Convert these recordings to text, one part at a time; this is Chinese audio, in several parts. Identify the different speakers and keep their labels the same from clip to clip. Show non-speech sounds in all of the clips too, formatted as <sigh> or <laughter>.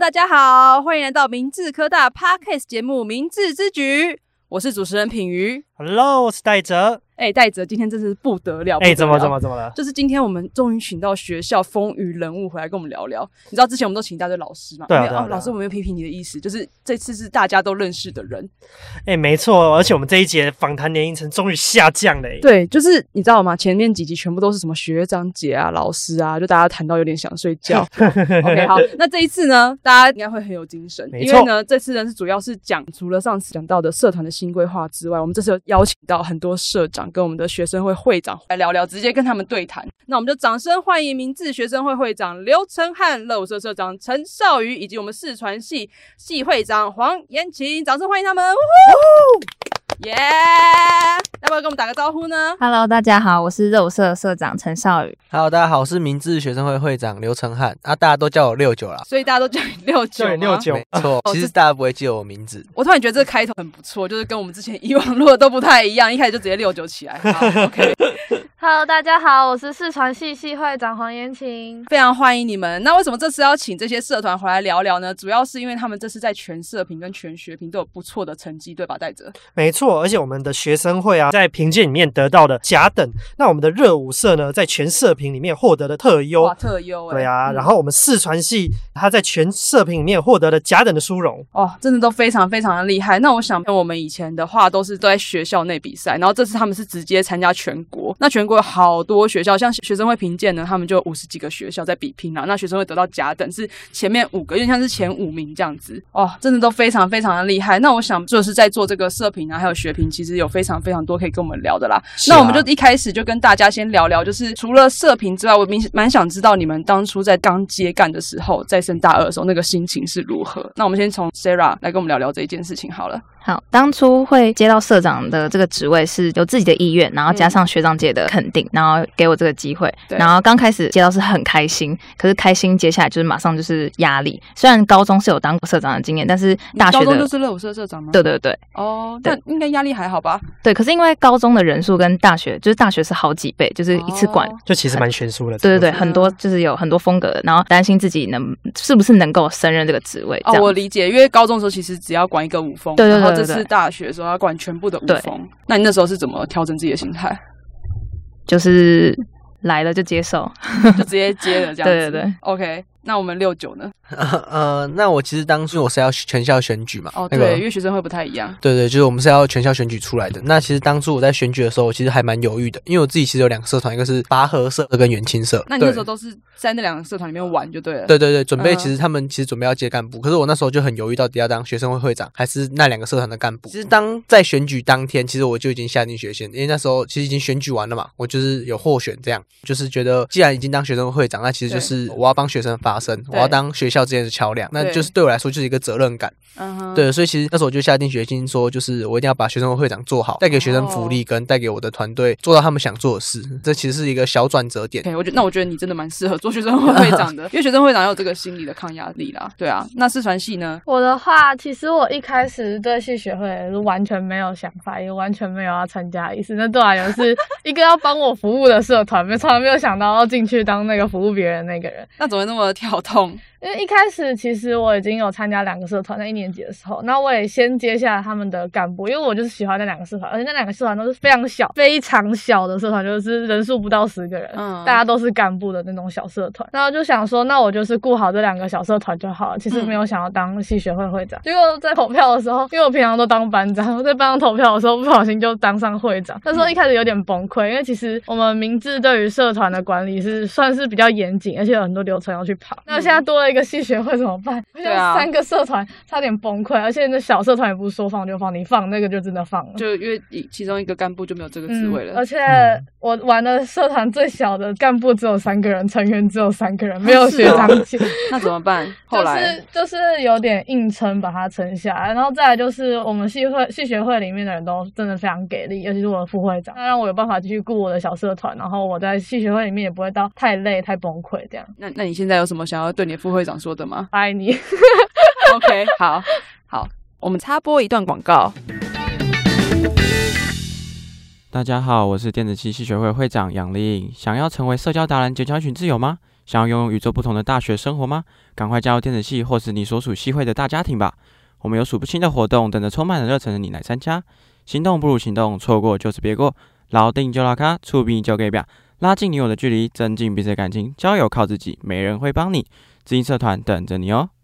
Speaker 1: 大家好，欢迎来到明治科大 Podcast 节目《明治之局》，我是主持人品瑜。
Speaker 2: Hello，我是戴哲。
Speaker 1: 哎、戴哲，今天真是不得了！不
Speaker 2: 哎、
Speaker 1: 得
Speaker 2: 怎么
Speaker 1: 了
Speaker 2: 怎？么怎么了？
Speaker 1: 就是今天我们终于请到学校风云人物回来跟我们聊聊。你知道之前我们都请一大堆老师嘛？
Speaker 2: 对啊
Speaker 1: 没有
Speaker 2: 对啊
Speaker 1: 哦
Speaker 2: 对啊
Speaker 1: 老师，我没有批评你的意思，就是这次是大家都认识的人。
Speaker 2: 哎、没错，而且我们这一节访谈年龄层终于下降了、哎
Speaker 1: 对，就是你知道吗？前面几集全部都是什么学长姐啊、老师啊，就大家谈到有点想睡
Speaker 2: <laughs>
Speaker 1: 觉。OK，好，那这一次呢，大家应该会很有精神，
Speaker 2: 没
Speaker 1: 因
Speaker 2: 错
Speaker 1: 为呢，这次呢是主要是讲除了上次讲到的社团的新规划之外，我们这次有邀请到很多社长跟我们的学生会会长来聊聊，直接跟他们对谈。那我们就掌声欢迎明治学生会会长刘成汉、乐舞社社长陈少瑜，以及我们四传系系会长黄延琴，掌声欢迎他们！呜呼，耶！要不要跟我们打个招呼呢？
Speaker 3: Hello，大家好，我是肉社社长陈少宇。
Speaker 4: Hello，大家好，我是明治学生会会长刘成汉啊，大家都叫我六九啦。
Speaker 1: 所以大家都叫你六九
Speaker 2: 叫你六
Speaker 1: 吗
Speaker 2: 九哦
Speaker 4: 没错，其实大家不会记得我名字。
Speaker 1: 我突然觉得这个开头很不错，就是跟我们之前以往录的都不太一样，一开始就直接六九起来。好
Speaker 2: <laughs>
Speaker 1: OK，
Speaker 5: Hello，大家好，我是四川系系会长黄延晴。
Speaker 1: 非常欢迎你们。那为什么这次要请这些社团回来聊聊呢？主要是因为他们这次在全社评跟全学评都有不错的成绩，对吧？戴哲，
Speaker 2: 没错，而且我们的学生会啊，在评鉴里面得到的甲等，那我们的热舞社呢，在全社评里面获得的特优
Speaker 1: 哇，。特优哎、
Speaker 2: 对啊，
Speaker 1: 嗯
Speaker 2: 然后我们四川系，它在全社评里面获得的甲等的殊荣，
Speaker 1: 哦，真的都非常非常的厉害。那我想，我们以前的话都是都在学校内比赛，然后这次他们是直接参加全国。那全国有好多学校，像学生会评鉴呢，他们就五十几个学校在比拼啊。那学生会得到甲等是前面五个，有点像是前五名这样子。哦，真的都非常非常的厉害。那我想，就是在做这个社评啊，还有学评，其实有非常非常多可以跟我们聊的啦。
Speaker 2: 是啊
Speaker 1: 那我们就一开始就跟大家先聊聊，就是除了社评之外，我明蛮想知道你们当初在刚接干的时候，在升大二的时候，那个心情是如何。那我们先从 Sarah 来跟我们聊聊这一件事情好了。
Speaker 3: 好，当初会接到社长的这个职位是有自己的意愿，然后加上学长姐的肯定，然后给我这个机会。
Speaker 1: 嗯对
Speaker 3: 然后刚开始接到是很开心，可是开心接下来就是马上就是压力。虽然高中是有当过社长的经验，但是大学
Speaker 1: 你高中
Speaker 3: 的
Speaker 1: 就是乐舞社社长吗？
Speaker 3: 对对对
Speaker 1: 哦，那应该压力还好吧？
Speaker 3: 对，可是因为高中的人数跟大学就是大学是好几倍，就是一次管
Speaker 1: 哦
Speaker 2: 就其实蛮悬殊的。
Speaker 3: 对对对，
Speaker 2: 这个
Speaker 3: 很多就是有很多风格的，然后担心自己能是不是能够胜任这个职位。这
Speaker 1: 哦，
Speaker 3: 样
Speaker 1: 我理解，因为高中的时候其实只要管一个舞风，
Speaker 3: 对对对
Speaker 1: 然后这
Speaker 3: 对对
Speaker 1: 次大学的时候要管全部的舞
Speaker 3: 对
Speaker 1: 风。那你那时候是怎么调整自己的心
Speaker 3: <laughs>
Speaker 1: 态？
Speaker 3: 就是来了就接受。
Speaker 1: 就直接接了这样子。
Speaker 3: 对对对
Speaker 1: ，OK。那我们六九呢？
Speaker 4: <laughs> 呃，那我其实当初我是要全校选举嘛，
Speaker 1: 哦，
Speaker 4: 那
Speaker 1: 对，
Speaker 4: 个
Speaker 1: 因为学生会不太一样。
Speaker 4: 对对，就是我们是要全校选举出来的。那其实当初我在选举的时候，我其实还蛮犹豫的，因为我自己其实有两个社团，一个是拔河社跟元青社。
Speaker 1: 那你那
Speaker 4: 对
Speaker 1: 时候都是在那两个社团里面玩就对了。
Speaker 4: 对对对，准备
Speaker 1: 嗯
Speaker 4: 其实他们其实准备要接干部，可是我那时候就很犹豫，到底要当学生会会长还是那两个社团的干部。其实当在选举当天，其实我就已经下定决心，因为那时候其实已经选举完了嘛，我就是有获选，这样就是觉得既然已经当学生会会长，那其实就是我要帮学生发声，我要当学校之间的桥梁，那就是对我来说就是一个责任感。
Speaker 1: 嗯哼，
Speaker 4: 对，所以其实那时候我就下定决心说，就是我一定要把学生会会长做好，带给学生福
Speaker 1: 哦
Speaker 4: 利，跟带给我的团队做到他们想做的事。这其实是一个小转折点。
Speaker 1: OK，我觉得那我觉得你真的蛮适合做学生会会长的，因为学生会长要有这个心理的抗压力啦。对啊，那四传系呢？
Speaker 5: 我的话，其实我一开始对系学会是完全没有想法，也完全没有要参加的意思。那对我来讲是一个要帮我服务的社团，没从来没有想到要进去当那个服务别人的那个人。
Speaker 1: 那怎么那么跳痛？
Speaker 5: 因为一开始其实我已经有参加两个社团，在一年级的时候，那我也先接下了他们的干部，因为我就是喜欢那两个社团，而且那两个社团都是非常小、非常小的社团，就是人数不到十个人，
Speaker 1: 嗯
Speaker 5: 大家都是干部的那种小社团。然后就想说，那我就是顾好这两个小社团就好了。其实没有想要当系学会会长，结果在投票的时候，因为我平常都当班长，我在班上投票的时候不小心就当上会长。那时候一开始有点崩溃，因为其实我们明治对于社团的管理是算是比较严谨，而且有很多流程要去跑。那现在多了一个系学会怎么办？我现在
Speaker 1: 嗯啊
Speaker 5: 三个社团差点崩溃，而且那小社团也不是说放就放，你放那个就真的放了。嗯
Speaker 1: 就因为以其中一个干部就没有这个职位了
Speaker 5: 而。且我玩的社团最小的干部只有三个人，成员只有三个人，没有学长
Speaker 1: <laughs>
Speaker 5: 姐，
Speaker 1: 那怎么办？哦后来、
Speaker 5: 呃就是就是有点硬撑把它撑下来。然后再来就是我们系会系学会里面的人都真的非常给力，尤其是我的副会长，那让我有办法继续顾我的小社团，然后我在系学会里面也不会到太累、太崩溃这样。
Speaker 1: 那那你现在有什么想要对你的副会长说的吗
Speaker 5: 爱你。
Speaker 1: ？OK，好
Speaker 3: <laughs>
Speaker 1: 好，我们插播一段广告。
Speaker 6: 大家好，我是电子器系学会会长杨丽颖。想要成为社交达人，结交一群挚友吗？想要拥有宇宙不同的大学生活吗？赶快加入电子系或是你所属系会的大家庭吧！我们有数不清的活动等着充满了热忱的你来参加。行动不如行动，错过就是别过。老定就拉卡，触壁就给表，拉近你我的距离，增进彼此的感情。交友靠自己，没人会帮你。知音社团等着你哦。
Speaker 2: <laughs>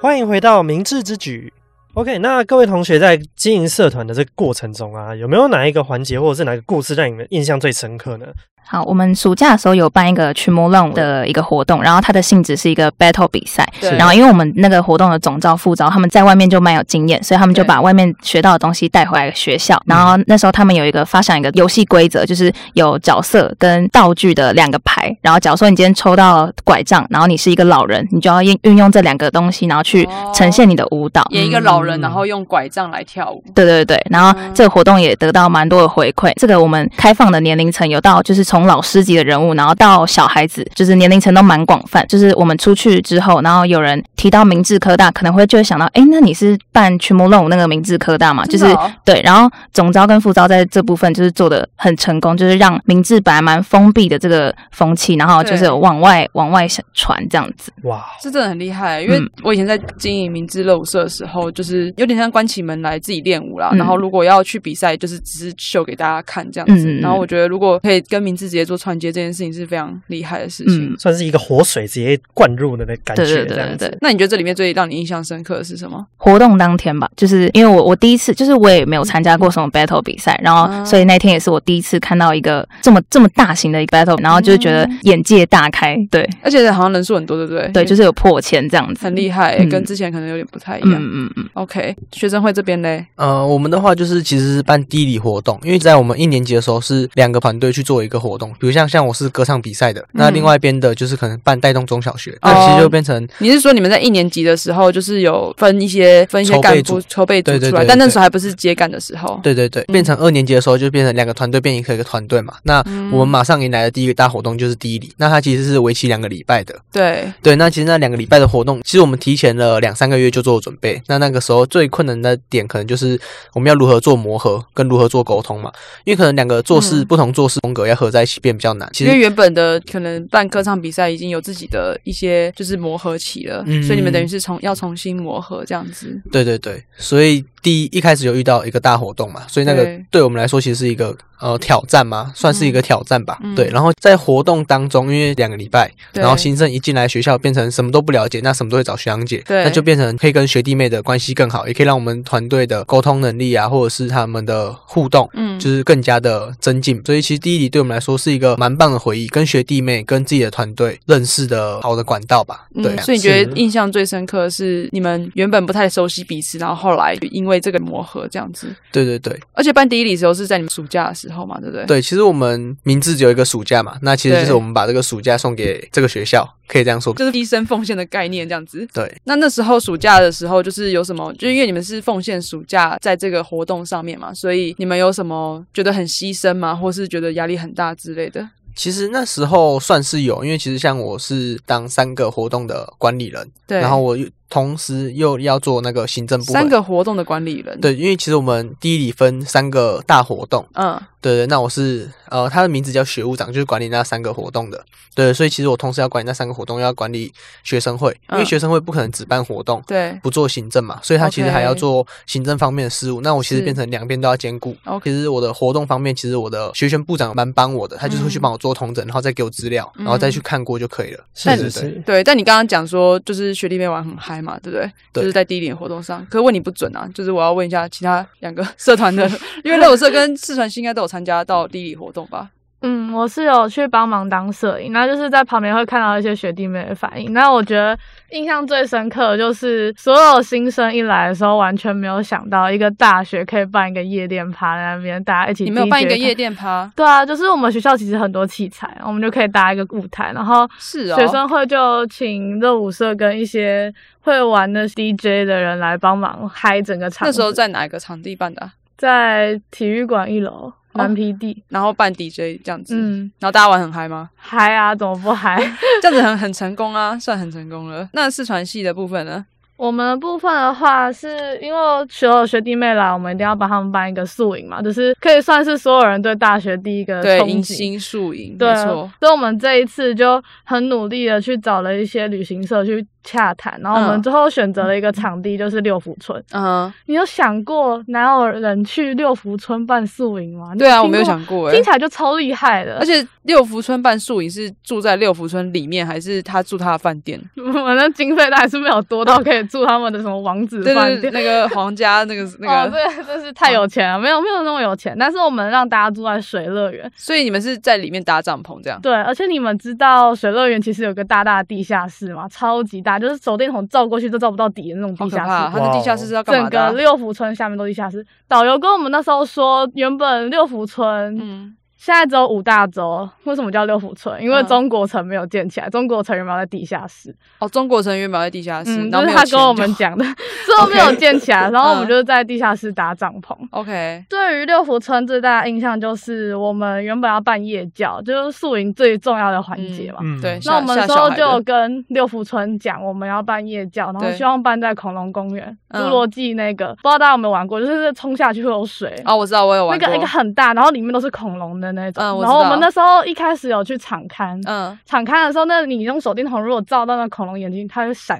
Speaker 2: 欢迎回到明智之举。OK，那各位同学在经营社团的这个过程中啊，有没有哪一个环节或者是哪个故事让你们印象最深刻呢？
Speaker 3: 好，我们暑假的时候有办一个群魔乱舞的一个活动，然后它的性质是一个 battle 比赛。
Speaker 1: 对
Speaker 3: 然后因为我们那个活动的总招、副招他们在外面就蛮有经验，所以他们就
Speaker 1: 对
Speaker 3: 把外面学到的东西带回来学校。然后那时候他们有一个发想一个游戏规则，就是有角色跟道具的两个牌。然后假如说你今天抽到拐杖，然后你是一个老人，你就要运运用这两个东西，然后去
Speaker 1: 哦
Speaker 3: 呈现你的舞蹈。嗯
Speaker 1: 演一个老人，然后用拐杖来跳舞。
Speaker 3: 对对对，然后
Speaker 2: 嗯
Speaker 3: 这个活动也得到蛮多的回馈。这个我们开放的年龄层有到就是从老师级的人物，然后到小孩子，就是年龄层都蛮广泛。就是我们出去之后，然后有人提到明治科大，可能会就会想到，哎，那你是办群魔乱舞那个明治科大啊嘛？就
Speaker 1: 真
Speaker 3: 是
Speaker 1: 的哦
Speaker 3: 对，然后总招跟副招在这部分就是做的很成功，就是让明治本来蛮封闭的这个风气，然后就是
Speaker 1: 对
Speaker 3: 有往外往外传这样子。
Speaker 2: 哇，
Speaker 1: 这真的很厉害，因为
Speaker 3: 嗯
Speaker 1: 我以前在经营明知乐舞社的时候，就是有点像关起门来自己练舞啦。
Speaker 3: 嗯
Speaker 1: 然后如果要去比赛，就是只是秀给大家看这样子。
Speaker 3: 嗯嗯嗯
Speaker 1: 然后我觉得如果可以跟明知直接做串接，这件事情是非常厉害的事情。
Speaker 3: 嗯，
Speaker 2: 算是一个活水直接灌入的那感
Speaker 3: 对对
Speaker 2: 觉，
Speaker 3: 对
Speaker 2: 这样
Speaker 3: 对
Speaker 2: 子。
Speaker 3: 对。
Speaker 1: 那你觉得这里面最让你印象深刻的是什么？
Speaker 3: 活动当天吧，就是因为我我第一次，就是我也没有参加过什么 battle 比赛，然后
Speaker 1: 啊
Speaker 3: 所以那天也是我第一次看到一个这么这么大型的一个 battle，然后就觉得
Speaker 1: 嗯
Speaker 3: 眼界大开，对
Speaker 1: 而且好像人数很多，对不对？
Speaker 3: 对，就是有破千这样子，
Speaker 1: 很厉害、
Speaker 3: 嗯
Speaker 1: 跟之前可能有点不太一
Speaker 3: 嗯
Speaker 1: 样。
Speaker 3: 嗯嗯
Speaker 1: OK，学生会这边嘞，
Speaker 4: 呃，我们的话就是其实是办地理活动，因为在我们一年级的时候是两个团队去做一个活动，比如像像我是歌唱比赛的，那另外一边的就是可能办带动中小学，那其实就变成
Speaker 1: 你是说你们在一年级的时候，就是有分一些分一些
Speaker 4: 筹备
Speaker 1: 干
Speaker 4: 组
Speaker 1: 部筹备组出来，
Speaker 4: 对对对对
Speaker 1: 但那时候还不是接干的时候。
Speaker 4: 对对对，变成二年级的时候就变成两个团队变一个一个团队嘛。那我们马上迎来的第一个大活动就是地理，那它其实是为期两个礼拜的。
Speaker 1: 对，
Speaker 4: 对，那其实那两个礼拜的活动，其实我们提前了两三个月就做准备。那那个时候最困难的点，可能就是我们要如何做磨合，跟如何做沟通嘛。因为可能两个做事、
Speaker 1: 嗯
Speaker 4: 不同做事风格要合在一起变比较难。其
Speaker 1: 因为
Speaker 4: 实
Speaker 1: 原本的可能办歌唱比赛已经有自己的一些就是磨合期了，
Speaker 4: 嗯
Speaker 1: 所以你们等于是重要重新磨合这样子。
Speaker 4: 对对对，所以第一一开始有遇到一个大活动嘛，所以那个
Speaker 1: 对
Speaker 4: 对我们来说其实是一个呃挑战嘛，算是一个挑战吧。
Speaker 1: 嗯
Speaker 4: 对，然后在活动当中，因为两个礼拜，
Speaker 1: 对
Speaker 4: 然后新生一进来学校，变成什么都不了解，那什么都会找学长姐，
Speaker 1: 对
Speaker 4: 那就变成可以跟学弟妹的关系更好，也可以让我们团队的沟通能力啊，或者是他们的互动，
Speaker 1: 嗯
Speaker 4: 就是更加的增进。所以其实第一集对我们来说是一个蛮棒的回忆，跟学弟妹、跟自己的团队认识的好的管道吧。对
Speaker 1: 嗯，
Speaker 4: 啊，
Speaker 1: 所以你觉得印象最深刻的是你们原本不太熟悉彼此，然后后来因为这个磨合这样子。
Speaker 4: 对对对
Speaker 1: 而且办第一礼的时候是在你们暑假的时候嘛，对不对？，
Speaker 4: 对，其实我们明治只有一个暑假嘛，那其实就是
Speaker 1: 对
Speaker 4: 我们把这个暑假送给这个学校，可以这样说。
Speaker 1: 就是牺牲奉献的概念这样子。
Speaker 4: 对，
Speaker 1: 那那时候暑假的时候，就是有什么？就因为你们是奉献暑假在这个活动上面嘛，所以你们有什么觉得很牺牲吗？或是觉得压力很大之类的？
Speaker 4: 其实那时候算是有，因为其实像我是当三个活动的管理人，
Speaker 1: 对，
Speaker 4: 然后我又同时又要做那个行政部门。
Speaker 1: 三个活动的管理人，，
Speaker 4: 对，因为其实我们第一里分三个大活动，
Speaker 1: 嗯，
Speaker 4: 对对，那我是呃，他的名字叫学务长，就是管理那三个活动的，对，所以其实我同时要管理那三个活动，又要管理学生会，因为
Speaker 1: 嗯
Speaker 4: 学生会不可能只办活动，
Speaker 1: 对
Speaker 4: 不做行政嘛，所以他其实还要
Speaker 1: OK
Speaker 4: 做行政方面的事务。那我其实
Speaker 1: 是
Speaker 4: 变成两边都要兼顾。
Speaker 1: OK
Speaker 4: 其实我的活动方面，其实我的学选部长蛮帮我的，他就是会去
Speaker 1: 嗯
Speaker 4: 帮我做同整，然后再给我资料，然后再去看过就可以了。
Speaker 2: 是
Speaker 4: 对
Speaker 2: 是
Speaker 4: 对对
Speaker 2: 是，
Speaker 1: 对。但你刚刚讲说，就是学弟妹玩很嗨嘛，对不对？
Speaker 4: 对
Speaker 1: 就是在第一点活动上，可是问你不准啊。就是我要问一下其他两个社团的，因为乐舞社跟四传系应该都有参加到第一点活动吧？
Speaker 5: 嗯，我是有去帮忙当摄影，那就是在旁边会看到一些学弟妹的反应。那我觉得印象最深刻的就是所有新生一来的时候，完全没有想到一个大学可以办一个夜店趴在那边，嗯大家一起。
Speaker 1: 你们有办一个夜？店
Speaker 5: <laughs>
Speaker 1: 趴？
Speaker 5: 对啊，就是我们学校其实很多器材，我们就可以搭一个舞台，然后
Speaker 1: 是哦
Speaker 5: 学生会就请热舞社跟一些会玩的 DJ 的人来帮忙嗨整个场
Speaker 1: 那
Speaker 5: 子。
Speaker 1: 时候在哪一个场地办的啊、
Speaker 5: 在体育馆一
Speaker 1: 哦
Speaker 5: 楼南皮地，
Speaker 1: 然后办 DJ 这样子，
Speaker 5: 嗯，
Speaker 1: 然后大家玩很嗨吗？ <laughs>
Speaker 5: 嗨啊，怎么不嗨？
Speaker 1: 这样子很很成功啊，算很成功了。那四传系的部分呢？
Speaker 5: 我们的部分的话，是因为所有学弟妹来，我们一定要帮他们办一个宿营嘛，就是可以算是所有人对大学第一个
Speaker 1: 对
Speaker 5: 憧，
Speaker 1: 迎
Speaker 5: 憬。
Speaker 1: 新树营，
Speaker 5: 呃对
Speaker 1: 没
Speaker 5: 啊，
Speaker 1: 错，
Speaker 5: 所以我们这一次就很努力的去找了一些旅行社去洽谈，然后我们
Speaker 1: 嗯
Speaker 5: 最后选择了一个场地，就是六福村。
Speaker 1: 嗯，
Speaker 5: 你有想过哪有人去六福村办宿营吗？你
Speaker 1: 对啊，
Speaker 5: 听
Speaker 1: 我没有
Speaker 5: 过
Speaker 1: 想过、欸，
Speaker 5: 听起来就超厉害的。
Speaker 1: 而
Speaker 5: <laughs>
Speaker 1: 且六福村办宿营是住在六福村里面，还是他住他的饭店？
Speaker 5: 我们的经费都还是没有多到可以住他们的什么王子
Speaker 1: 对
Speaker 5: 饭
Speaker 1: 对对，
Speaker 5: 店。
Speaker 1: 那个皇家
Speaker 5: <laughs>
Speaker 1: 那个那
Speaker 5: 哦，
Speaker 1: 个，
Speaker 5: 对， <laughs> 真是太有钱了，没有没有那么有钱，但是我们让大家住在水乐园。
Speaker 1: 所以你们是在里面搭帐篷这样？
Speaker 5: 对，而且你们知道水乐园其实有个大大的地下室嘛，超级大，就是手电筒照过去都照不到底的那种
Speaker 1: 好
Speaker 5: 地
Speaker 1: 可
Speaker 5: 下
Speaker 1: 怕啊！
Speaker 5: 室。
Speaker 1: 他的地下室是要干嘛
Speaker 5: 整
Speaker 1: 的啊、
Speaker 5: 个六福村下面都地下室。导游跟我们那时候说，原本六福村
Speaker 1: 嗯，
Speaker 5: 现在只有五大洲，为什么叫六福村？因为
Speaker 1: 嗯
Speaker 5: 中国城没有建起来，中国城原本在地下室。
Speaker 1: 哦，中国成员本来在地下室，
Speaker 5: 嗯，
Speaker 1: 然后
Speaker 5: 就是
Speaker 1: 没有
Speaker 5: 他
Speaker 1: 钱
Speaker 5: 跟我
Speaker 1: 就
Speaker 5: 们讲
Speaker 1: <laughs>
Speaker 5: 的，最后没有建起来，然后我们
Speaker 1: 嗯
Speaker 5: 就是在地下室搭帐篷。
Speaker 1: OK，
Speaker 5: 对于六福村最大的印象就是，我们原本要办夜教，就是宿营最重要的环节嘛。
Speaker 2: 嗯，
Speaker 1: 对，
Speaker 5: 那我
Speaker 1: 下
Speaker 5: 们
Speaker 1: 下
Speaker 5: 那时
Speaker 1: 小
Speaker 5: 候
Speaker 1: 孩
Speaker 5: 就有
Speaker 1: 的
Speaker 5: 跟六福村讲，我们要办夜教，然后
Speaker 1: 对
Speaker 5: 希望办在恐龙公园、
Speaker 1: 嗯
Speaker 5: 侏罗纪那个，不知道大家有没有玩过，就是冲下去会有水。
Speaker 1: 啊，我知道我有
Speaker 5: 那
Speaker 1: 玩
Speaker 5: 个
Speaker 1: 过，
Speaker 5: 那个很大，然后里面都是恐龙的那种。
Speaker 1: 嗯我知
Speaker 5: 然后我
Speaker 1: 道
Speaker 5: 们那时候一开始有去场刊，
Speaker 1: 嗯，
Speaker 5: 敞开的时候，那你用手电筒如果照到那恐龙眼睛，它会闪，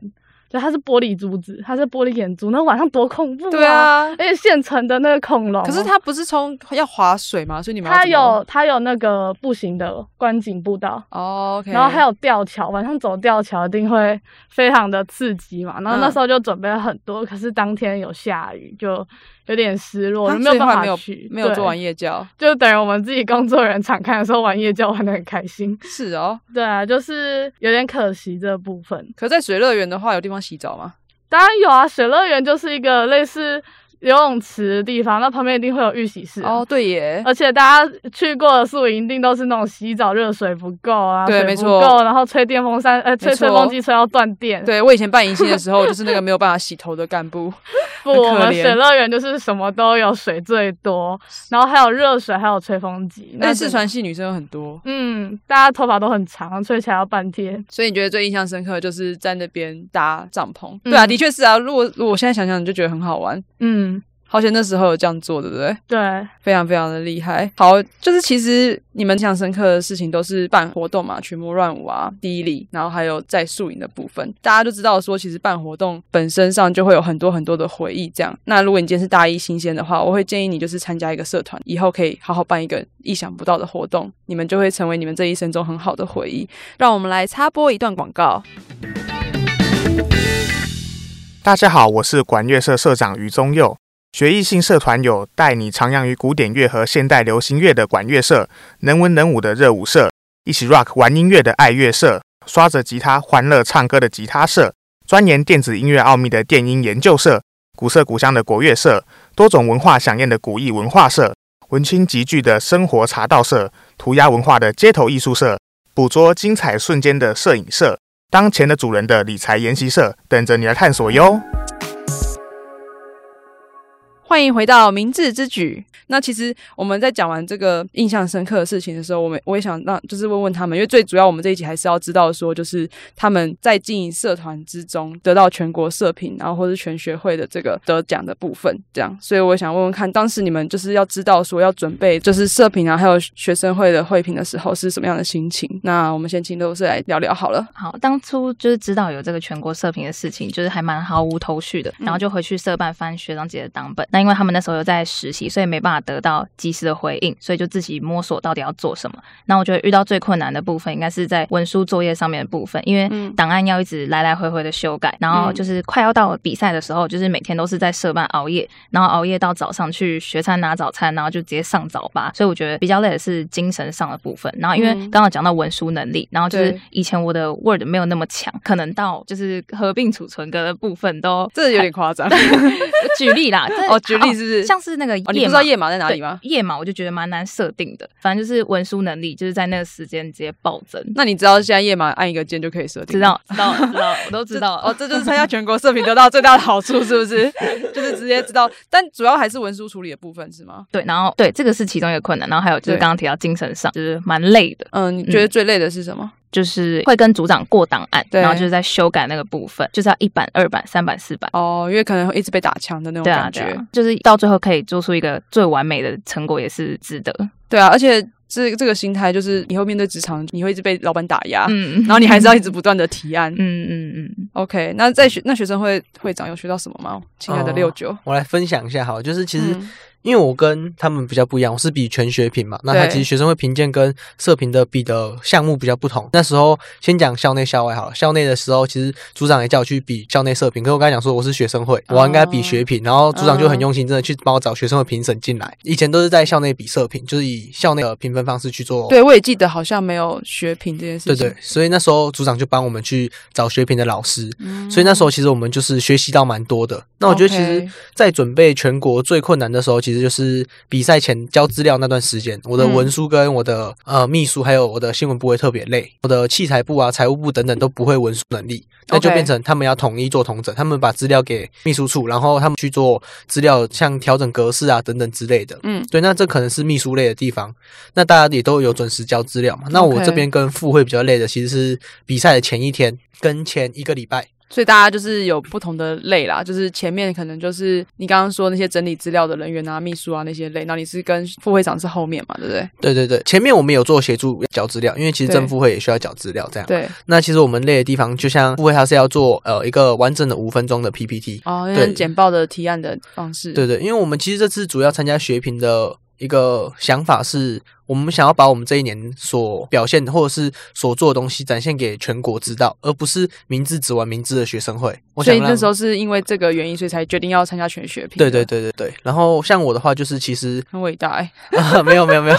Speaker 5: 就它是玻璃珠子，它是玻璃眼珠，那晚上多恐怖、啊！
Speaker 1: 对，啊。
Speaker 5: 而且现成的那个恐龙，
Speaker 1: 可是他不是冲要划水吗？所以你们要
Speaker 5: 它
Speaker 1: 怎么
Speaker 5: 有它有那个步行的观景步道。
Speaker 1: 哦，OK，
Speaker 5: 然后还有吊桥，晚上走吊桥一定会非常的刺激嘛。然后那
Speaker 1: 嗯
Speaker 5: 时候就准备了很多，可是当天有下雨，就有点失落，
Speaker 1: 啊
Speaker 5: 就没
Speaker 1: 所
Speaker 5: 有
Speaker 1: 以后
Speaker 5: 办
Speaker 1: 来
Speaker 5: 法
Speaker 1: 没有
Speaker 5: 去，
Speaker 1: 没有做完
Speaker 5: 夜，
Speaker 1: 夜教，
Speaker 5: 就等于我们自己工作人员敞开的时候玩夜教玩的很开心。
Speaker 1: 是哦。
Speaker 5: <laughs> 对啊，就是有点可惜这部分。
Speaker 1: 可在水乐园的话，有地方洗澡吗？
Speaker 5: 当然有啊，水乐园就是一个类似游泳池的地方，那旁边一定会有浴洗室、啊
Speaker 1: 哦，。对耶，
Speaker 5: 而且大家去过的宿营，一定都是那种洗澡热水不够啊，
Speaker 1: 对
Speaker 5: 水
Speaker 1: 没
Speaker 5: 不
Speaker 1: 错
Speaker 5: 够，然后吹电风扇，呃，吹
Speaker 1: 没错
Speaker 5: 吹风机吹到断电。，
Speaker 1: 对我以前办迎新的
Speaker 5: <laughs>
Speaker 1: 时候，就是那个没有办法洗头的干部。
Speaker 5: 不，
Speaker 1: 很可
Speaker 5: 我们
Speaker 1: 怜
Speaker 5: 水乐园就是什么都有，水最多，然后还有热水，还有吹风机。
Speaker 1: 但
Speaker 5: 整
Speaker 1: 四川系女生有很多，
Speaker 5: 嗯，大家头发都很长，吹起来要半天。
Speaker 1: 所以你觉得最印象深刻的就是在那边搭帐篷？对啊，的确是啊。如果如果我现在想想，你就觉得很好玩。
Speaker 5: 嗯，
Speaker 1: 好险那时候有这样做，对不对？
Speaker 5: 对，
Speaker 1: 非常非常的厉害。好，就是其实你们印象深刻的事情都是办活动嘛，群魔乱舞啊、第一礼，然后还有在宿营的部分，大家都知道说，其实办活动本身上就会有很多很多的回忆。这样，那如果你今天是大一新鲜的话，我会建议你就是参加一个社团，以后可以好好办一个意想不到的活动，你们就会成为你们这一生中很好的回忆。让我们来插播一段广告。
Speaker 7: 大家好，我是管乐社社长于宗佑。学艺性社团有带你徜徉于古典乐和现代流行乐的管乐社，能文能武的热舞社，一起 rock 玩音乐的爱乐社，刷着吉他欢乐唱歌的吉他社，钻研电子音乐奥秘的电音研究社，古色古香的国乐社，多种文化响应的古艺文化社，文青集聚的生活茶道社，涂鸦文化的街头艺术社，捕捉精彩瞬间的摄影社，当前的主人的理财研习社，等着你来探索哟。
Speaker 1: 欢迎回到明智之举。那其实我们在讲完这个印象深刻的事情的时候，我们我也想让就是问问他们，因为最主要我们这一集还是要知道说，就是他们在经营社团之中得到全国社评，然后或是全学会的这个得奖的部分，这样。所以我想问问看，当时你们就是要知道说要准备就是社评啊，还有学生会的会评的时候是什么样的心情？那我们先请刘老师来聊聊好了。
Speaker 3: 好，当初就是知道有这个全国社评的事情，就是还蛮毫无头绪的，
Speaker 1: 嗯
Speaker 3: 然后就回去社办翻学长姐的档本。那因为他们那时候有在实习，所以没办法得到及时的回应，所以就自己摸索到底要做什么。那我觉得遇到最困难的部分，应该是在文书作业上面的部分，因为
Speaker 1: 嗯
Speaker 3: 档案要一直来来回回的修改，然后就是快要到比赛的时候，就是每天都是在社办熬夜，然后熬夜到早上去学餐拿早餐，然后就直接上早八。所以我觉得比较累的是精神上的部分。然后因为
Speaker 1: 嗯
Speaker 3: 刚刚有讲到文书能力，然后就是
Speaker 1: 对
Speaker 3: 以前我的 Word 没有那么强，可能到就是合并储存格的部分都
Speaker 1: 这有点夸张
Speaker 3: <laughs> 举例 <laughs> 啦，这
Speaker 1: 哦举例是不是
Speaker 3: 像是那个
Speaker 1: 哦，你不知道页码在哪里吗？
Speaker 3: 对页码我就觉得蛮难设定的，反正就是文书能力就是在那个时间直接暴增。
Speaker 1: 那你知道现在页码按一个键就可以设定吗？
Speaker 3: 知道，知道，知道，我都知道。
Speaker 1: 哦，这就是参加全国社评得到最大的好处，是不
Speaker 3: <laughs>
Speaker 1: 是？就是直接知道，但主要还是文书处理的部分，是吗？
Speaker 3: 对，然后对这个是其中一个困难，然后还有就是
Speaker 1: 对
Speaker 3: 刚刚提到精神上，就是蛮累的。
Speaker 1: 嗯嗯，你觉得最累的是什么？
Speaker 3: 就是会跟组长过档案，
Speaker 1: 对
Speaker 3: 然后就是在修改那个部分，就是要一版、二版、三版、四版。
Speaker 1: 哦，因为可能会一直被打枪的那种
Speaker 3: 对啊，
Speaker 1: 感
Speaker 3: 对
Speaker 1: 觉。
Speaker 3: 啊，就是到最后可以做出一个最完美的成果，也是值得。
Speaker 1: 对啊，而且这这个心态就是以后面对职场，你会一直被老板打压，
Speaker 3: 嗯，
Speaker 1: 啊然后你还是要一直不断的提案。
Speaker 3: 嗯嗯嗯，
Speaker 1: OK，那在学那学生会会长有学到什么吗？亲爱的
Speaker 4: 哦
Speaker 1: 六九，
Speaker 4: 我来分享一下好，就是其实
Speaker 1: 嗯
Speaker 4: 因为我跟他们比较不一样，我是比全学评嘛，那他
Speaker 1: 对
Speaker 4: 其实学生会评鉴跟社评的比的项目比较不同。那时候先讲校内校外好了，校内的时候其实组长也叫我去比校内社评，可是我刚才讲说我是学生会，我应该比学
Speaker 1: 哦
Speaker 4: 评，然后组长
Speaker 1: 嗯
Speaker 4: 就很用心，真的去帮我找学生会评审进来。以前都是在校内比社评，就是以校内的评分方式去做
Speaker 1: 对我也记得好像没有学评这件事
Speaker 4: 对
Speaker 1: 情。
Speaker 4: 对，所以那时候组长就帮我们去找学评的老师，
Speaker 1: 嗯
Speaker 4: 所以那时候其实我们就是学习到蛮多的。那我觉得其
Speaker 1: OK
Speaker 4: 实，在准备全国最困难的时候，其实就是比赛前交资料那段时间，我的
Speaker 1: 嗯
Speaker 4: 文书跟我的、呃秘书还有我的新闻部会特别累，我的器材部啊、财务部等等都不会文书能力，那就
Speaker 1: OK
Speaker 4: 变成他们要统一做统整，他们把资料给秘书处，然后他们去做资料像调整格式啊等等之类的。
Speaker 1: 嗯，
Speaker 4: 对，那这可能是秘书类的地方，那大家也都有准时交资料嘛。那我
Speaker 1: OK
Speaker 4: 这边跟副会比较累的，其实是比赛的前一天跟前一个礼拜。
Speaker 1: 所以大家就是有不同的类啦，就是前面可能就是你刚刚说那些整理资料的人员啊、秘书啊那些类，那你是跟副会长是后面嘛，对不对？
Speaker 4: 对对对，前面我们有做协助缴资料，因为其实
Speaker 1: 对
Speaker 4: 正副会也需要缴资料这样。
Speaker 1: 对，
Speaker 4: 那其实我们累的地方，就像副会他是要做呃一个完整的五分钟的 PPT。
Speaker 1: 哦，那
Speaker 4: 对
Speaker 1: 种简报的提案的方式，
Speaker 4: 对对，因为我们其实这次主要参加学评的一个想法是，我们想要把我们这一年所表现的或者是所做的东西展现给全国知道，而不是明治只玩明治的学生会。我
Speaker 1: 所
Speaker 4: 想
Speaker 1: 以那
Speaker 4: 让
Speaker 1: 时候是因为这个原因，所以才决定要参加全学评。
Speaker 4: 对对，对对对。然后像我的话，就是其实
Speaker 1: 很伟大、欸。
Speaker 4: <laughs> 没有没有没有，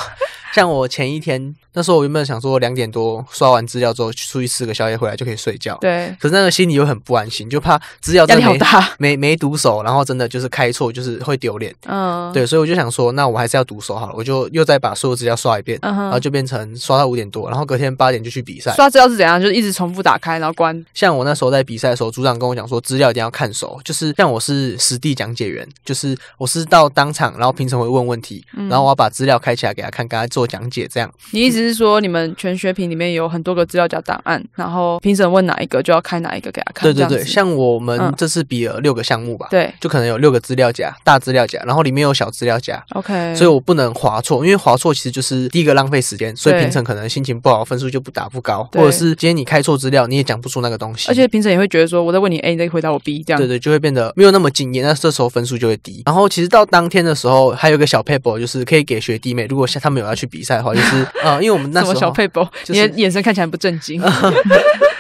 Speaker 4: 像我前一天那时候，我原本想说两点多刷完资料之后出去吃个宵夜，回来就可以睡觉。。
Speaker 1: 对，
Speaker 4: 可是那个心里又很不安心，就怕资料
Speaker 1: 压
Speaker 4: 真
Speaker 1: 力
Speaker 4: 的
Speaker 1: 好
Speaker 4: 没
Speaker 1: 大。
Speaker 4: 没没读熟，然后真的就是开错，就是会丢脸。
Speaker 1: 嗯，
Speaker 4: 对，所以我就想说，那我还是要读熟好了，我就又再把所有资料刷一遍，
Speaker 1: 嗯哼
Speaker 4: 然后就变成刷到五点多，然后隔天八点就去比赛。
Speaker 1: 刷资料是怎样？就是一直重复打开，然后关。
Speaker 4: 像我那时候在比赛的时候，组长跟我讲说，资料一定要看熟，就是像我是实地讲解员，就是我是到当场，然后评审会问问题，
Speaker 1: 嗯
Speaker 4: 然后我要把资料开起来给他看，跟他做讲解这样。
Speaker 1: 你意思是说，你们全学评里面有很多个资料夹档案，然后评审问哪一个就要开哪一个给他看。
Speaker 4: 对对
Speaker 1: 这样
Speaker 4: 对，
Speaker 1: 子
Speaker 4: 像我们
Speaker 1: 嗯
Speaker 4: 这次比了六个项目吧，
Speaker 1: 对
Speaker 4: 就可能有六个资料夹，大资料夹，然后里面有小资料夹，
Speaker 1: ，OK，
Speaker 4: 所以我不能划错，因为划错其实就是第一个浪费时间，所以
Speaker 1: 对
Speaker 4: 评审可能心情不好，分数就不打不高，
Speaker 1: 对
Speaker 4: 或者是今天你开错资料，你也讲不出那个东西，
Speaker 1: 而且评审也会觉得说，我在问你 A，你在回答我 B，这样。
Speaker 4: 对对，就会变得没有那么敬业，那这时候分数就会低。然后其实到当天的时候，还有一个小 paper，就是可以给学弟妹，如果像他们有要去比赛的话，就是
Speaker 1: <laughs>
Speaker 4: 呃，因为我们那
Speaker 1: 什
Speaker 4: 时
Speaker 1: 么
Speaker 4: 候
Speaker 1: 小佩宝？
Speaker 4: 就是
Speaker 1: 你的眼神看起来很不正
Speaker 4: <laughs>
Speaker 1: 经。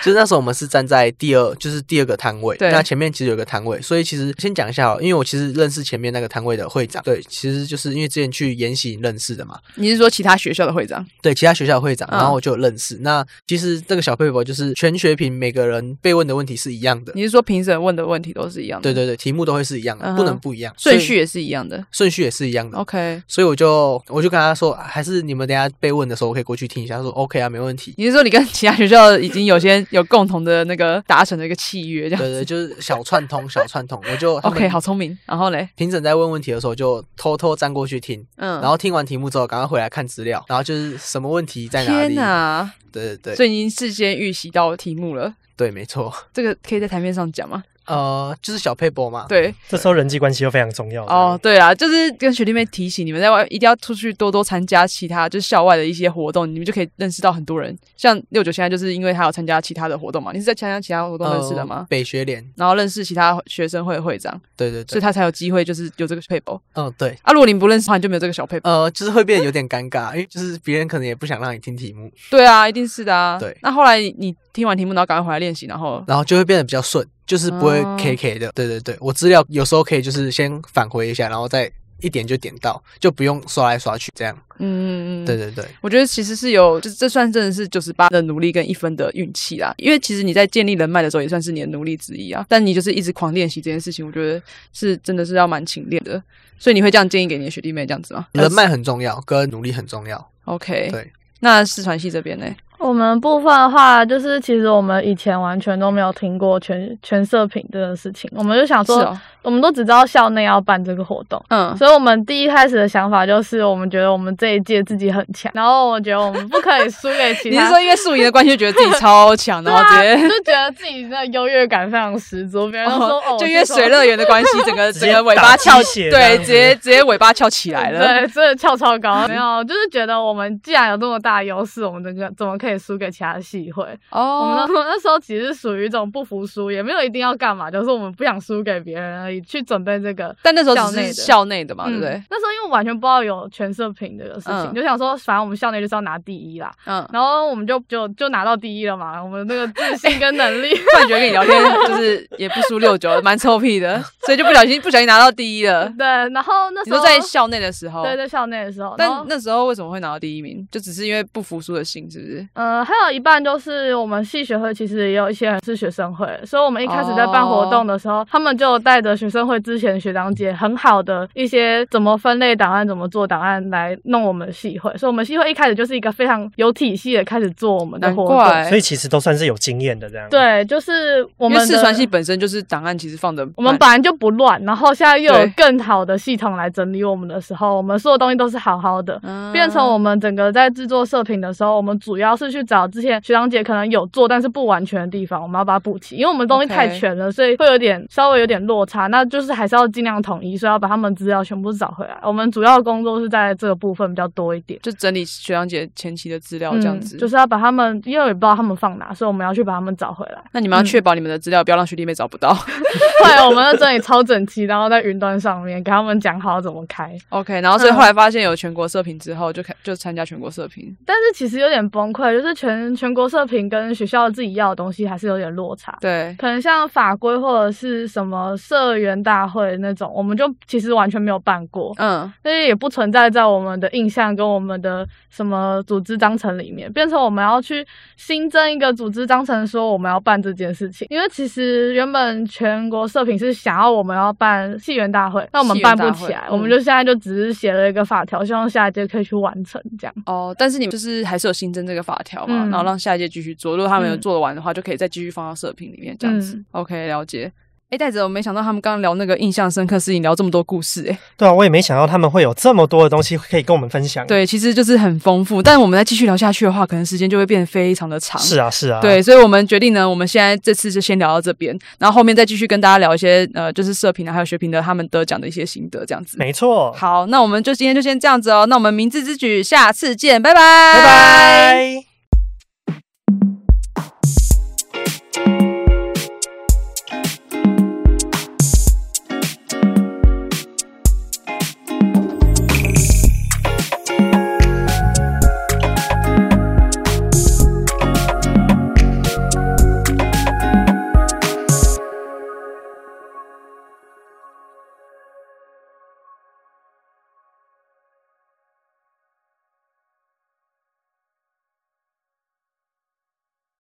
Speaker 4: 就是那时候我们是站在第二，就是第二个摊位。
Speaker 1: 对
Speaker 4: 那前面其实有个摊位，所以其实先讲一下哦，因为我其实认识前面那个摊位的会长，对，其实就是因为之前去研习认识的嘛，
Speaker 1: 你是说其他学校的会长？
Speaker 4: 对，其他学校的会长，
Speaker 1: 嗯
Speaker 4: 然后我就有认识。那其实这个小 paper 就是全学评每个人被问的问题是一样的，
Speaker 1: 你是说评审问的问题都是一样的？
Speaker 4: 对，对对，题目都会是一样的，
Speaker 1: 嗯哼
Speaker 4: 不能不一样，所以
Speaker 1: 顺序哦也是一样的。
Speaker 4: 顺序也是一样的。
Speaker 1: OK，
Speaker 4: 所以我就我就跟他说，啊还是你们等一下被问的时候，我可以过去听一下。他说 OK 啊，没问题。
Speaker 1: 你是说你跟其他学校已经有
Speaker 4: <laughs>
Speaker 1: 些有共同的那个达成的一个契约这样
Speaker 4: 对对，就是小串通，小串通。我
Speaker 1: <laughs>
Speaker 4: 就他们
Speaker 1: ？OK，好聪明。然后嘞，
Speaker 4: 评审在问问题的时候，就偷偷站过去听，
Speaker 1: 嗯，
Speaker 4: 然后听完题目之后，赶快回来看资料，然后就是什么问题在哪
Speaker 1: 天
Speaker 4: 里？
Speaker 1: 哪，
Speaker 4: 对对
Speaker 1: 所
Speaker 4: 对，
Speaker 1: 以已经事先预习到题目了。
Speaker 4: 对，没错。
Speaker 1: 这个可以在台面上讲吗？
Speaker 4: 呃，就是小 paper 嘛。
Speaker 1: 对，
Speaker 2: 这时候人际关系又非常重要
Speaker 1: 哦，，对啊，就是跟学弟妹提醒你们在外一定要出去多多参加其他就是校外的一些活动，你们就可以认识到很多人。像六九现在就是因为他有参加其他的活动嘛，你是在参加其他活动
Speaker 4: 呃，
Speaker 1: 认识的吗？
Speaker 4: 北学联，
Speaker 1: 然后认识其他学生会的会长，
Speaker 4: 对对
Speaker 1: 所以
Speaker 4: 对，
Speaker 1: 他才有机会就是有这个 paper
Speaker 4: 嗯对，
Speaker 1: 啊。如果你不认识的话，你就没有这个小 paper。
Speaker 4: 呃，就是会变得有点尴
Speaker 1: <laughs>
Speaker 4: 尬，因为就是别人可能也不想让你听题目，
Speaker 1: 对啊，一定是的啊。
Speaker 4: 对
Speaker 1: 那后来你听完题目，然后赶快回来练习，然后
Speaker 4: 然后就会变得比较顺，就是不会
Speaker 1: 哦
Speaker 4: K K 的。对对对，我资料有时候可以就是先返回一下，然后再一点就点到，就不用刷来刷去这样。
Speaker 1: 嗯，
Speaker 4: 对对对，
Speaker 1: 我觉得其实是有，就是这算真的是九十八的努力跟一分的运气啦。因为其实你在建立人脉的时候，也算是你的努力之一啊。但你就是一直狂练习这件事情，我觉得是真的是要蛮勤练的。所以你会这样建议给你的学弟妹这样子吗
Speaker 4: 人脉很重要，跟努力很重要。
Speaker 1: ？OK，
Speaker 4: 对。
Speaker 1: 那四传系这边呢？
Speaker 5: 我们部分的话，就是其实我们以前完全都没有听过全全社评这个事情，我们就想
Speaker 1: 是
Speaker 5: 说
Speaker 1: 哦，
Speaker 5: 我们都只知道校内要办这个活动。
Speaker 1: 嗯，
Speaker 5: 所以，我们第一开始的想法就是，我们觉得我们这一届自己很强，然后我觉得我们不可以输给其
Speaker 1: <laughs> 你
Speaker 5: 他
Speaker 1: 是说因为素颜的关系，觉得自己超强，然后
Speaker 5: <laughs>
Speaker 1: 直
Speaker 5: 对啊
Speaker 1: 接
Speaker 5: 就觉得自己的优越感非常十足，
Speaker 1: <laughs>
Speaker 5: 别人都说哦，
Speaker 1: 就因
Speaker 5: 约
Speaker 1: 为水乐园的关系，整个
Speaker 2: 直
Speaker 1: 整
Speaker 2: 接
Speaker 1: 个尾
Speaker 2: 打
Speaker 1: 巴翘
Speaker 2: 鸡血
Speaker 1: 起，
Speaker 2: 这样
Speaker 1: 对，
Speaker 2: 子
Speaker 1: 直接直接尾巴翘起来了。
Speaker 5: 对，真的跳超高。没有，就是觉得我们既然有这么大优势，我们这个怎么可以输给其他系会？我们那
Speaker 1: 哦，
Speaker 5: 时候那时候其实属于一种不服输，也没有一定要干嘛，就是我们不想输给别人而已，去准备这个。
Speaker 1: 但那时候
Speaker 5: 校
Speaker 1: 只
Speaker 5: 内
Speaker 1: 是
Speaker 5: 的
Speaker 1: 校内的嘛，对
Speaker 5: 嗯
Speaker 1: 不对？
Speaker 5: 那时候因为完全不知道有全射评这个事情，
Speaker 1: 嗯
Speaker 5: 就想说，反正我们校内就是要拿第一啦。
Speaker 1: 嗯，
Speaker 5: 然后我们就就就拿到第一了嘛，我们那个自信跟能
Speaker 1: <laughs>
Speaker 5: 力。
Speaker 1: 突然觉得跟你聊天就是也不输六九，蛮臭屁的，所以就不小心不小心拿到第一 <laughs> 了。
Speaker 5: 对，然后那
Speaker 1: 你
Speaker 5: 时候
Speaker 1: 说在校内的时候，
Speaker 5: 对在校内的时候，然后
Speaker 1: 但那时候为什么会拿到第一名？就只是因为不服输的心，是不是？
Speaker 5: 呃，还有一半就是我们系学会其实也有一些人是学生会，所以我们一开始在办活
Speaker 1: 哦
Speaker 5: 动的时候他们就带着学生会之前学长姐很好的一些怎么分类档案、怎么做档案来弄我们系会，所以我们系会一开始就是一个非常有体系的开始做我们的
Speaker 1: 难
Speaker 5: 活动。
Speaker 1: 怪，
Speaker 2: 所以其实都算是有经验的这样。，
Speaker 5: 对，就是我
Speaker 1: 因
Speaker 5: 们
Speaker 1: 为四
Speaker 5: 的
Speaker 1: 川系本身就是档案，其实放的
Speaker 5: 我们本来就不乱，然后现在又
Speaker 1: 对
Speaker 5: 有更好的系统来整理我们的时候，我们所有东西都是好好的，
Speaker 1: 嗯
Speaker 5: 变成我们整个在制作射频的时候，我们主要是去找之前学长姐可能有做但是不完全的地方，我们要把它补齐，因为我们东西
Speaker 1: OK
Speaker 5: 太全了所以会有点稍微有点落差，那就是还是要尽量统一，所以要把他们资料全部找回来。我们主要的工作是在这个部分比较多一点。
Speaker 1: 就整理学长姐前期的资料哦这样子。
Speaker 5: 嗯，就是要把他们，因为也不知道他们放哪，所以我们要去把他们找回来。
Speaker 1: 那你们要
Speaker 5: 嗯
Speaker 1: 确保你们的资料不要让学弟妹找不到。
Speaker 5: 后来我们在整理超整齐，然后在云端上面给他们讲好怎么开。
Speaker 1: <laughs> OK，然后所以后来发现有全国社评之后，就开就参加全国社评。
Speaker 5: 但是其实有点崩溃，就是全全国社评跟学校自己要的东西还是有点落差。
Speaker 1: 对，
Speaker 5: 可能像法规或者是什么社员大会那种，我们就其实完全没有办过，
Speaker 1: 嗯，
Speaker 5: 所以也不存在在我们的印象跟我们的什么组织章程里面，变成我们要去新增一个组织章程，说我们要办这件事情。因为其实原本全国社评是想要我们要办戏园大会，那我们办不
Speaker 1: 系
Speaker 5: 起
Speaker 1: 园大
Speaker 5: 来
Speaker 1: 会，嗯
Speaker 5: 我们就现在就只是写了一个法条，希望下一届可以去完成这样。
Speaker 1: 哦，但是你们就是还是有新增这个法条嘛，
Speaker 5: 嗯
Speaker 1: 然后让下一届继续做。如果他们有
Speaker 5: 嗯
Speaker 1: 做得完的话，就可以再继续放到社评里面这样子。
Speaker 5: 嗯
Speaker 1: OK，了解。哎，戴哲，我没想到他们刚刚聊那个印象深刻事情，聊这么多故事、诶
Speaker 2: 对啊，我也没想到他们会有这么多的东西可以跟我们分享。，
Speaker 1: 对，其实就是很丰富。但我们再继续聊下去的话，可能时间就会变得非常的长。
Speaker 2: 是啊，是啊，
Speaker 1: 对，所以我们决定呢，我们现在这次就先聊到这边，然后后面再继续跟大家聊一些呃，就是社评啊，还有学评的他们得奖的一些心得这样子。
Speaker 2: 没错。，
Speaker 1: 好，那我们就今天就先这样子哦。那我们明智之举，下次见，拜拜，
Speaker 2: 拜。拜。